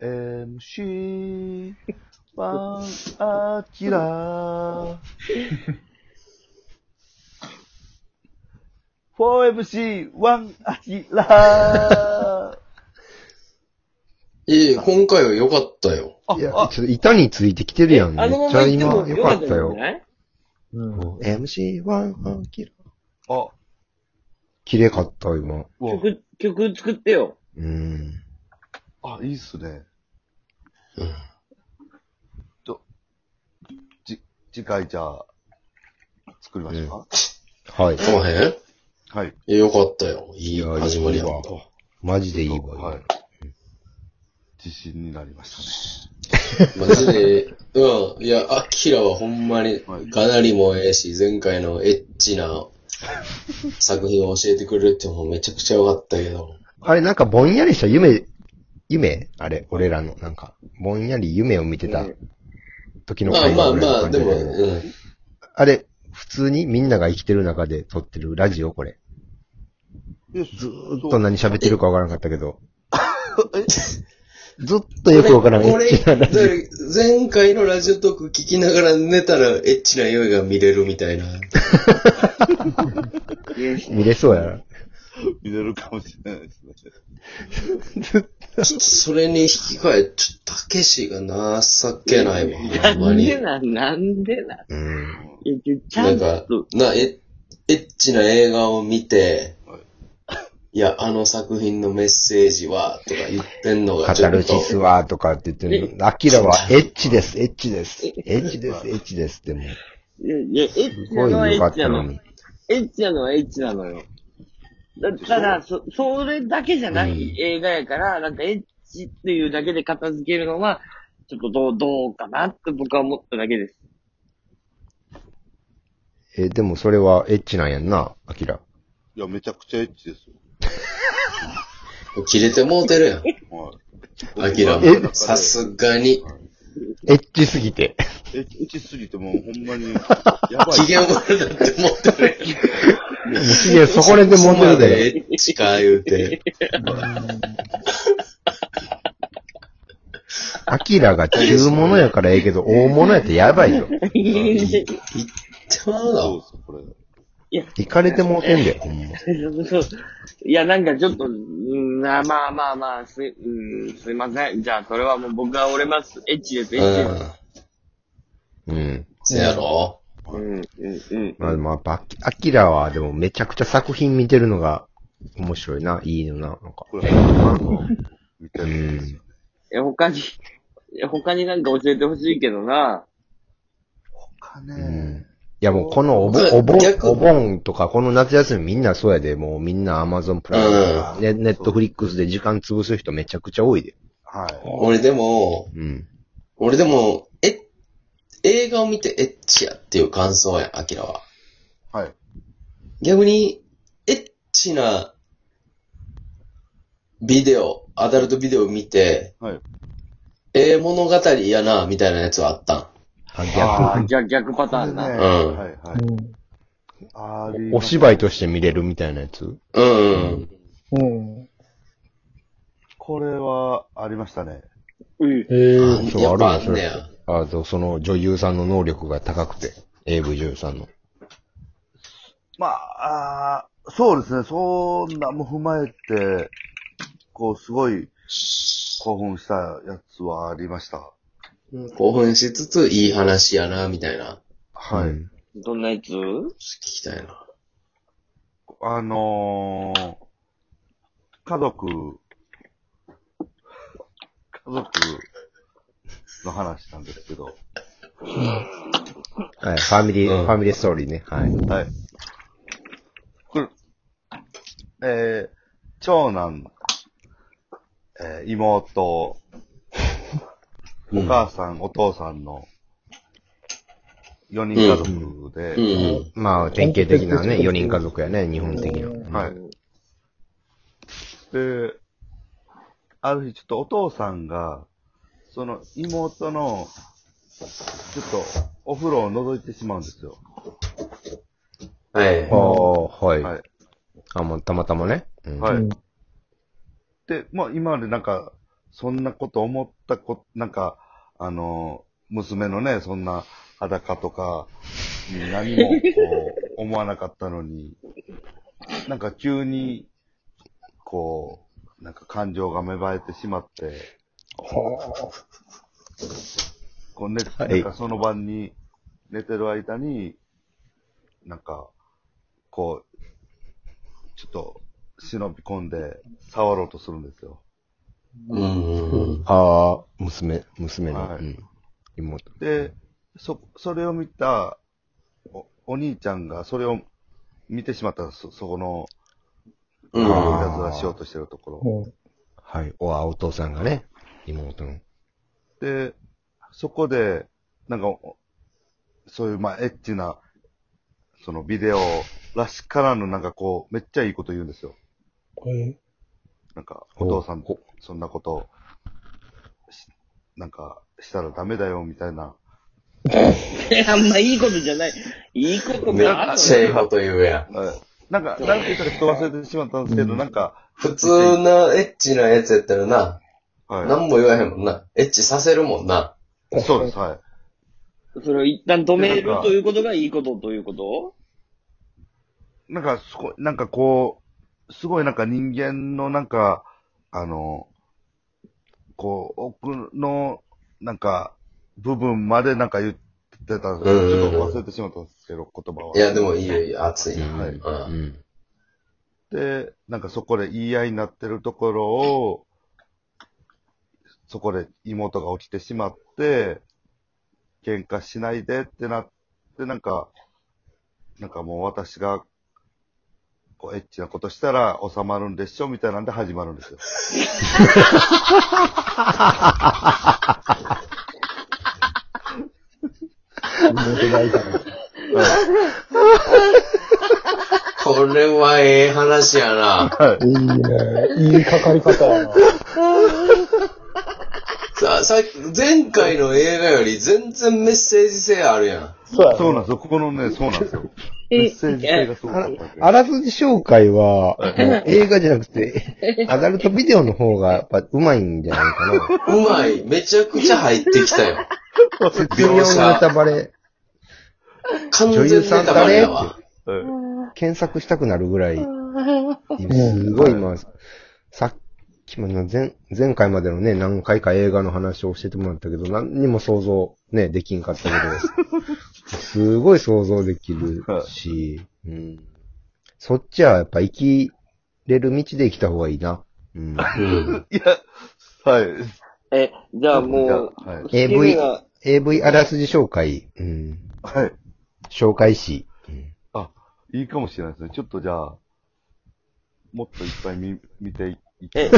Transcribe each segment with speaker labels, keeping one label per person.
Speaker 1: 4MC、ワンアキラ。4MC、ワンアキラ。
Speaker 2: いえいえ、今回は良かったよ。
Speaker 3: いや、ちょっと板についてきてるやん。め
Speaker 4: あ
Speaker 3: っ
Speaker 4: のま
Speaker 3: ちゃ
Speaker 4: ま行って
Speaker 3: 今
Speaker 4: も
Speaker 3: 良
Speaker 4: よ
Speaker 3: か
Speaker 4: か
Speaker 3: っ
Speaker 4: ったた
Speaker 3: よ
Speaker 4: よ。。ね。
Speaker 2: MC1 半キロ。
Speaker 1: あ、
Speaker 3: 綺麗かった、今。
Speaker 1: うわ
Speaker 4: 曲、曲作ってよ。
Speaker 3: うん。
Speaker 1: あ、いいっすね。
Speaker 2: うん
Speaker 1: と、じ、次回じゃあ、作りましょうか、
Speaker 3: はい。
Speaker 2: この辺
Speaker 1: はい。
Speaker 2: え、良かったよ。いい
Speaker 3: いや
Speaker 2: 始まりやっ。
Speaker 3: いいわ マジでいいわ。
Speaker 1: はい。自信になりました
Speaker 2: マジで、うん。いや、アキラはほんまに、
Speaker 1: はい
Speaker 2: かなりもええし、前回のエッチな作品を教えてくれるってもうめちゃくちゃ良かったけ ど。
Speaker 3: あれ、なんかぼんやりした夢、夢あれ、俺らの、なんか、ぼんやり夢を見てた時の
Speaker 2: まあ
Speaker 3: 会
Speaker 2: ま
Speaker 3: 話
Speaker 2: あ
Speaker 3: ぐらい
Speaker 2: ま
Speaker 3: の
Speaker 2: あ、
Speaker 3: 感
Speaker 2: で
Speaker 3: じだ
Speaker 2: も、
Speaker 3: けど
Speaker 2: うん。
Speaker 3: あれ、普通にみんなが生きてる中で撮ってるラジオ、これ。
Speaker 1: ね。
Speaker 3: ずーっと何喋ってるかわからなかったけど。
Speaker 1: え
Speaker 3: ずっとよくわからん。
Speaker 2: これ、
Speaker 3: エッチな
Speaker 2: こ
Speaker 3: ラジオ
Speaker 2: れ前回のラジオトーク聞きながら寝たらエッチな匂いが見れるみたいな。
Speaker 3: 見れそうやな。
Speaker 1: 見れるかもしれないですね。
Speaker 2: ちょっとそれに引き換え、ちょっと、たけしが情けないわ。ほん
Speaker 4: な
Speaker 2: ま
Speaker 4: ん
Speaker 2: に
Speaker 4: で。なん、なんでなん。
Speaker 3: うん。
Speaker 4: いやちゃ
Speaker 2: なん
Speaker 4: ん
Speaker 2: か
Speaker 4: と、、
Speaker 2: な、え、エッチな映画を見て
Speaker 1: はい、
Speaker 2: いや、あの作品のメッセージは、とか言ってんの
Speaker 3: カ
Speaker 2: が、ちょ
Speaker 3: タ
Speaker 2: っと
Speaker 3: ル、シスは、とかって言ってるの。アキラは、エッチです、エッチです、エッチです、エッチですってもう、
Speaker 4: いや、いやエッ
Speaker 3: す
Speaker 4: チな
Speaker 3: ごい
Speaker 4: のはエ
Speaker 3: 良か
Speaker 4: ッ
Speaker 3: っ
Speaker 4: チな
Speaker 3: たの
Speaker 4: の
Speaker 3: に。。
Speaker 4: エッチなのはエッチなのよ。だただ、そ、それだけじゃな
Speaker 3: うん
Speaker 4: い映画やから、なんかエッチっていうだけで片付けるのは、ちょっとどう、どうかなって僕は思っただけです。
Speaker 3: え、でもそれはエッチなんやんな、アキラ。
Speaker 1: いや、めちゃくちゃエッチですよ。
Speaker 2: 切れてもうてるやん。
Speaker 1: はい。
Speaker 2: アキラ
Speaker 3: え
Speaker 2: も。さすがに。
Speaker 3: エッチすぎて。
Speaker 1: エッチすぎてもうほんまに、やばい。
Speaker 2: 機嫌悪だって思ってるやん。
Speaker 3: いや、そこら辺で問
Speaker 2: そこま
Speaker 3: 題だ
Speaker 2: で
Speaker 3: よ。
Speaker 2: エッチか言うて。
Speaker 3: アキラが中物やからええ けど、大物やってやばいよ。
Speaker 4: い
Speaker 2: てまうな
Speaker 1: そうです、これ。
Speaker 3: 行かれてもうてんだよ、ほんま。
Speaker 4: や、なんかちょっと、うんあまあまあまあ、すい、うん、すいません。じゃあ、それはもう僕は折れます。エッチです、エッチ
Speaker 2: う
Speaker 4: です。
Speaker 2: ん。
Speaker 3: うん。
Speaker 2: せやろ
Speaker 4: うん、うん、
Speaker 3: まあまあ、バキアキラはでもめちゃくちゃ作品見てるのが面白いな、いいよな、なんか。
Speaker 1: これ、あの、みたいなやつですよね。
Speaker 4: うん。他に、他になんか教えてほしいけどな。
Speaker 1: 他
Speaker 3: うん
Speaker 1: ね、
Speaker 3: いやもうこのおぼ
Speaker 2: うん
Speaker 3: お盆
Speaker 2: 逆
Speaker 3: お盆とかこの夏休みみんなそうやで、もうみんなアマゾンプライムとか、ねネットフリックスで時間潰す人めちゃくちゃ多いで。
Speaker 1: はい。
Speaker 2: 俺でも、
Speaker 3: うん。
Speaker 2: 俺でも、え、映画を見てエッチやっていう感想や、アキラは。
Speaker 1: はい。
Speaker 2: 逆に、エッチなビデオ、アダルトビデオを見て、
Speaker 1: はい。
Speaker 2: ええ物語やな、みたいなやつはあった
Speaker 3: あ
Speaker 4: あ
Speaker 3: 逆
Speaker 4: あ、逆、逆パターン
Speaker 1: これ
Speaker 4: な。
Speaker 1: ね
Speaker 2: うん
Speaker 1: はい、はい。あり
Speaker 3: にお芝居として見れるみたいなやつ
Speaker 2: ん。うん、うん。
Speaker 5: うん。
Speaker 1: これは、ありましたね。
Speaker 4: うん。
Speaker 5: へえ。
Speaker 2: あ
Speaker 3: そう
Speaker 2: やっぱ
Speaker 3: あ
Speaker 2: あ
Speaker 3: る
Speaker 2: ん
Speaker 3: の
Speaker 2: ねや。
Speaker 3: あと、その女優さんの能力が高くて、AV 女優さんの。
Speaker 1: まあ、あーそうですね、そんなんも踏まえて、こう、すごい、興奮したやつはありました。
Speaker 2: 興奮しつつ、いい話やな、みたいな。
Speaker 1: はい。
Speaker 3: うん
Speaker 4: どんなやつ
Speaker 2: 聞きたいな。
Speaker 1: あのー、家族、家族の話なんですけど、
Speaker 3: はい、ファミリー、
Speaker 2: うん
Speaker 3: ファミリーストーリーね。はい。
Speaker 1: はい。これ、えー、長男、えー、妹、お母さん、お父さんの4人家族で、
Speaker 2: うん、うん。
Speaker 3: まあ、典型的なね、4人家族やね、日本的な。
Speaker 1: はい。で、ある日ちょっとお父さんが、その妹の、ちょっとお風呂を覗いてしまうんですよ。
Speaker 2: はい
Speaker 3: あ。あ、はい。
Speaker 1: はい。
Speaker 3: あ、もうたまたまね。うん
Speaker 1: はい
Speaker 5: うん。
Speaker 1: で、まあ今までなんか、そんなこと思ったこ、なんか、あの、娘のね、そんな裸とか、に何もこう、思わなかったのに、なんか急に、こう、なんか感情が芽生えてしまって、こうね、
Speaker 3: はい
Speaker 1: なんかその晩に寝てる間に、なんか、こう、ちょっと忍び込んで触ろうとするんですよ。
Speaker 2: うんうんうん。
Speaker 3: ああ、娘、娘の、
Speaker 1: はい
Speaker 3: うん、妹。
Speaker 1: で、そ、それを見たお、お兄ちゃんがそれを見てしまったんですそ、そこの、
Speaker 2: う
Speaker 1: い
Speaker 2: ん。
Speaker 3: あ
Speaker 1: たずらしようとしてるところ。
Speaker 3: はい。おあ、お父さんがね、妹の。
Speaker 1: で、そこで、なんか、おそういう、まあ、エッチな、そのビデオらしからぬ、なんかこう、めっちゃいいこと言うんですよ。なんか、お父さん
Speaker 3: ほう、
Speaker 1: そんなこと、しなんか、したらダメだよ、みたいな。
Speaker 4: あんまいいことじゃない。いいこと
Speaker 2: め
Speaker 4: があ
Speaker 2: っ
Speaker 4: る
Speaker 2: ちゃいいこと言うやん。
Speaker 1: なんか、なんて言ったかちょっと忘れてしまったんですけど、なんか、
Speaker 2: 普通のエッチなやつやったらな、
Speaker 1: は
Speaker 2: 何も言わへんもんな。エッチさせるもんな。
Speaker 1: い。そうです、はい。
Speaker 4: それを一旦止めるということがいいことということ
Speaker 1: なんか、すごい、なんかこう、すごいなんか人間のなんか、あの、こう、奥の、なんか、部分までなんか言ってたんですけ
Speaker 2: うんうん
Speaker 1: ど、
Speaker 2: うん
Speaker 1: ちょっと忘れてしまったんですけど、言葉は。
Speaker 2: いや、でもいいよ、いいよ、熱いな。
Speaker 1: はいう
Speaker 2: うん
Speaker 3: ん。
Speaker 1: で、なんかそこで言い合いになってるところを、そこで妹が起きてしまって、喧嘩しないでってなって、なんか、なんかもう私が、こう、エッチなことしたら収まるんでしょみたいなんで始まるんですよ。
Speaker 2: これはええ話やな。
Speaker 5: いいね。いいかかり方やな。
Speaker 2: さ、さっき、前回の映画より全然メッセージ性あるやん。
Speaker 5: そうや
Speaker 1: そう
Speaker 5: ね。
Speaker 1: なんですよ。ここのね、そうなんですよ。メッセージ性がすごかったんですよ
Speaker 3: あらすじ紹介は、もう映画じゃなくて、アダルトビデオの方が、やっぱ、うまいんじゃないか
Speaker 2: うまい。めちゃくちゃ入ってきたよ。
Speaker 3: な。絶妙なネタバレ、
Speaker 2: 完全ネタバレやわ。
Speaker 1: うん
Speaker 3: 検索したくなるぐらい、すごい今、さっきもな前、前回までのね、何回か映画の話を教えてもらったけど、何にも想像、ね、できんかったけど、すごい想像できるし、うん、そっちはやっぱ生きれる道で生きた方がいいな。うん、
Speaker 2: うん。
Speaker 1: いや、はい。
Speaker 4: え、じゃあも、
Speaker 1: う、はいう
Speaker 3: AV
Speaker 4: が
Speaker 3: AV あらすじ紹介、うん、
Speaker 1: はい。
Speaker 3: 紹介し、うん
Speaker 1: いいかもしれないですね。ちょっとじゃあ、もっといっぱい見、見ていい
Speaker 4: え、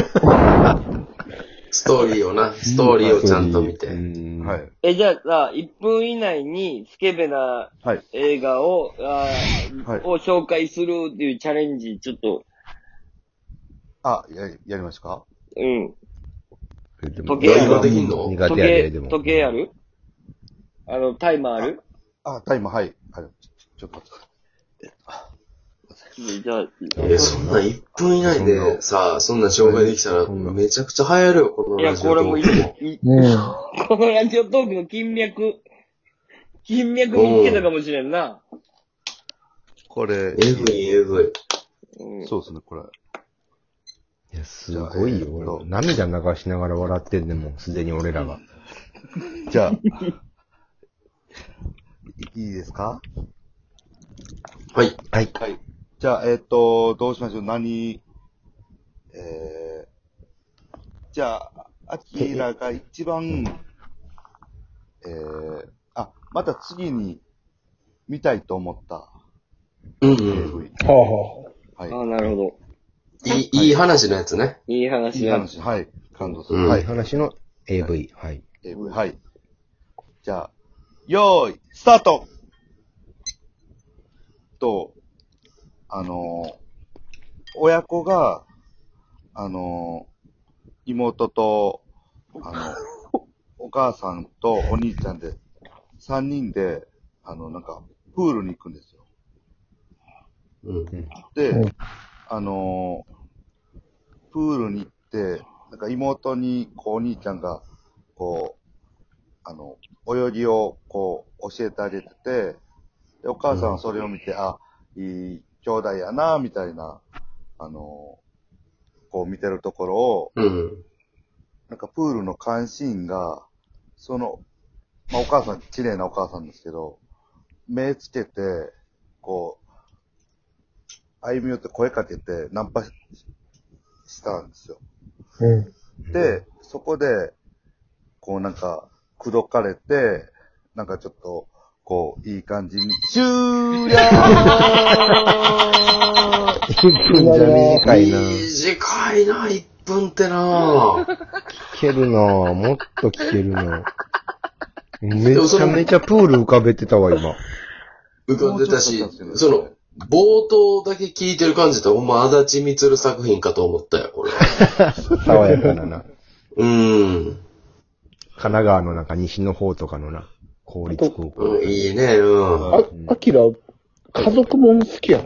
Speaker 2: ストーリーをな、ストーリーをちゃんと見
Speaker 3: う
Speaker 2: て。
Speaker 3: ん
Speaker 1: はい。
Speaker 4: え、じゃあさ、1分以内にスケベな
Speaker 1: はい
Speaker 4: 映画を、あー
Speaker 1: はい
Speaker 4: を紹介するっていうチャレンジ、ちょっと、
Speaker 1: あ、や、やりましたか
Speaker 4: うん。
Speaker 3: でも
Speaker 4: 時計やろ
Speaker 3: できんの苦
Speaker 4: 時
Speaker 3: 手やで、
Speaker 4: 計
Speaker 3: で、も。
Speaker 4: 時計あるあの、タイマーある
Speaker 1: あ、タイム、はい。はい。ちょちょっと待ってくださ
Speaker 4: じゃあ、
Speaker 2: え、そんな1分以内でさ、そんな紹介できたら、
Speaker 3: そんな
Speaker 2: めちゃくちゃ流行るよ、この
Speaker 4: いや、
Speaker 2: ラジ
Speaker 4: こ
Speaker 2: オト
Speaker 4: れ
Speaker 2: ー
Speaker 4: もい
Speaker 2: ク
Speaker 4: い、い
Speaker 5: うん。
Speaker 4: このラジオトークの金脈、金脈見つけたかもしれんな。
Speaker 1: い。これ、
Speaker 2: えぐい、えぐい。
Speaker 4: うん。
Speaker 1: そうですね、これ。
Speaker 3: いや、すごい
Speaker 1: じゃあえーっ
Speaker 3: よ
Speaker 1: と。
Speaker 3: 涙流しながら笑ってんでもうすでに俺らが。
Speaker 1: じゃあ、いいいですか
Speaker 2: はい。
Speaker 3: はい。
Speaker 1: はい。じゃあ、えっ、と、どうしましょう何、えー、じゃあ、アキラが一番、えー、あ、また次に見たいと思った
Speaker 2: うんうん。
Speaker 1: AV。
Speaker 5: はあはあ。
Speaker 1: は
Speaker 4: ああ、なるほど。
Speaker 2: いい、いい話のやつね。
Speaker 4: いい
Speaker 1: い。
Speaker 4: 話
Speaker 1: いい
Speaker 4: だ。
Speaker 1: 話、はい。感動す
Speaker 2: う
Speaker 1: る。
Speaker 2: ん
Speaker 1: はい。
Speaker 3: 話の AV。はい。
Speaker 1: AV。はい。じゃあ、よーい、スタートと、あのー親子が、あのー妹と、あの、お母さんとお兄ちゃんで、三人で、あの、なんか、プールに行くんですよ。
Speaker 2: うん。
Speaker 1: で
Speaker 5: うん、
Speaker 1: あのープールに行って、なんか妹に、こう、お兄ちゃんが、こう、あの、泳ぎを、こう、教えてあげてて、で、お母さんはそれを見て、あ、いい兄弟やな、みたいな、あの、こう見てるところを、
Speaker 2: うん。
Speaker 1: なんかプールの監視員が、その、まあ、お母さん、綺麗なお母さんですけど、目つけて、こう、歩み寄って声かけて、ナンパししたんですよ。
Speaker 5: うん。
Speaker 1: で、そこで、こうなんか、口説かれて、なんかちょっと、こう、いい感じに、終了
Speaker 3: 1分じゃ 短いな。
Speaker 2: 短いな、1分ってな
Speaker 3: 聞けるなぁ。もっと聞けるなぁ。めちゃめちゃプール浮かべてたわ、今。
Speaker 2: 浮かんでたし
Speaker 1: もうちょっと経つよね、
Speaker 2: その、冒頭だけ聞いてる感じってほんま足立みつる作品かと思ったよ、これ。
Speaker 3: 爽やかなな。
Speaker 2: うーん。
Speaker 3: 神奈川の中、西の方とかのな、公立高校。
Speaker 2: うん、いいね、うん。
Speaker 5: あ、アキラ、家族もん好きやな。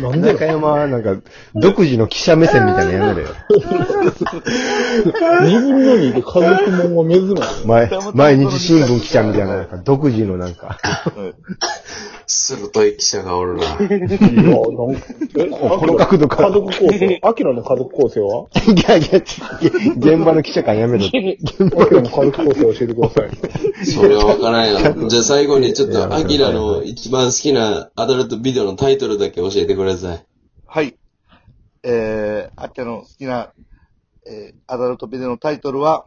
Speaker 5: なんで
Speaker 3: 中山はなんか、独自の記者目線みたいなのやめろよ。
Speaker 5: 二分の二で家族もんは珍しい。
Speaker 3: 毎毎日新聞記者みたいな、なんか独自のなんか、
Speaker 2: 鋭い記者がおるな。
Speaker 5: いや、なんか、え、
Speaker 3: この角度か
Speaker 5: 家族構成アキラの家族構成はい
Speaker 3: やいや、現場の記者感やめろって。
Speaker 5: アキラの 家族構成教えてください。
Speaker 2: それはわからんよ。じゃあ最後にちょっと、アキラの一番好きなアダルトビデオのタイトルだけ教えてください。
Speaker 1: はい。えー、あっちゃんの好きな、えー、アダルトビデオのタイトルは、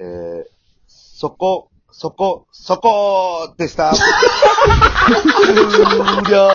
Speaker 1: えー、そこ、そこ、そこでした。終了